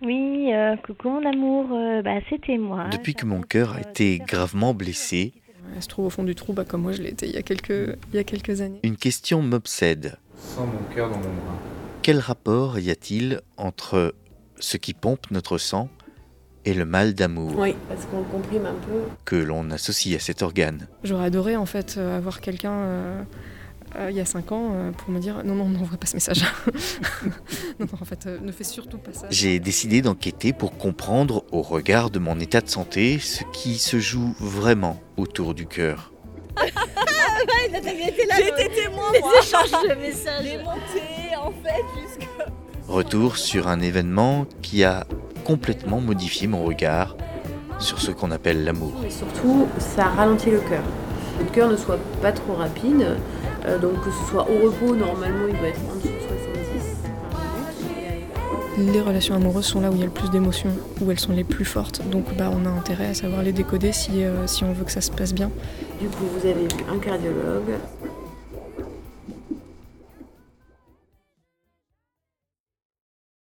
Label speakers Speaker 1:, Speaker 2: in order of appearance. Speaker 1: Oui, euh, coucou mon amour, euh, bah, c'était moi.
Speaker 2: Depuis que mon cœur a été gravement blessé,
Speaker 3: Elle se trouve au fond du trou, bah, comme moi je l'étais il, y a quelques- il y a quelques années.
Speaker 2: une question m'obsède.
Speaker 4: Sans mon cœur dans mon bras.
Speaker 2: Quel rapport y a-t-il entre ce qui pompe notre sang et le mal d'amour
Speaker 5: Oui, parce qu'on le comprime un peu.
Speaker 2: que l'on associe à cet organe
Speaker 3: J'aurais adoré en fait euh, avoir quelqu'un euh, euh, il y a 5 ans euh, pour me dire non, non, n'envoie pas ce message. non, non, en fait, euh, ne fais surtout pas ça.
Speaker 2: J'ai décidé d'enquêter pour comprendre, au regard de mon état de santé, ce qui se joue vraiment autour du cœur.
Speaker 6: J'étais témoin, moi. Les échanges de messages. Les montées, en fait, jusqu'à...
Speaker 2: Retour sur un événement qui a complètement modifié mon regard sur ce qu'on appelle l'amour.
Speaker 5: Et surtout, ça ralentit le cœur. Que Le cœur ne soit pas trop rapide. euh, donc que ce soit au repos, normalement il doit être en dessous de 70 par minute. Et, euh,
Speaker 3: Les relations amoureuses sont là où il y a le plus d'émotions, où elles sont les plus fortes. Donc bah, on a intérêt à savoir les décoder si, euh, si on veut que ça se passe bien.
Speaker 5: Du coup, vous avez vu un cardiologue.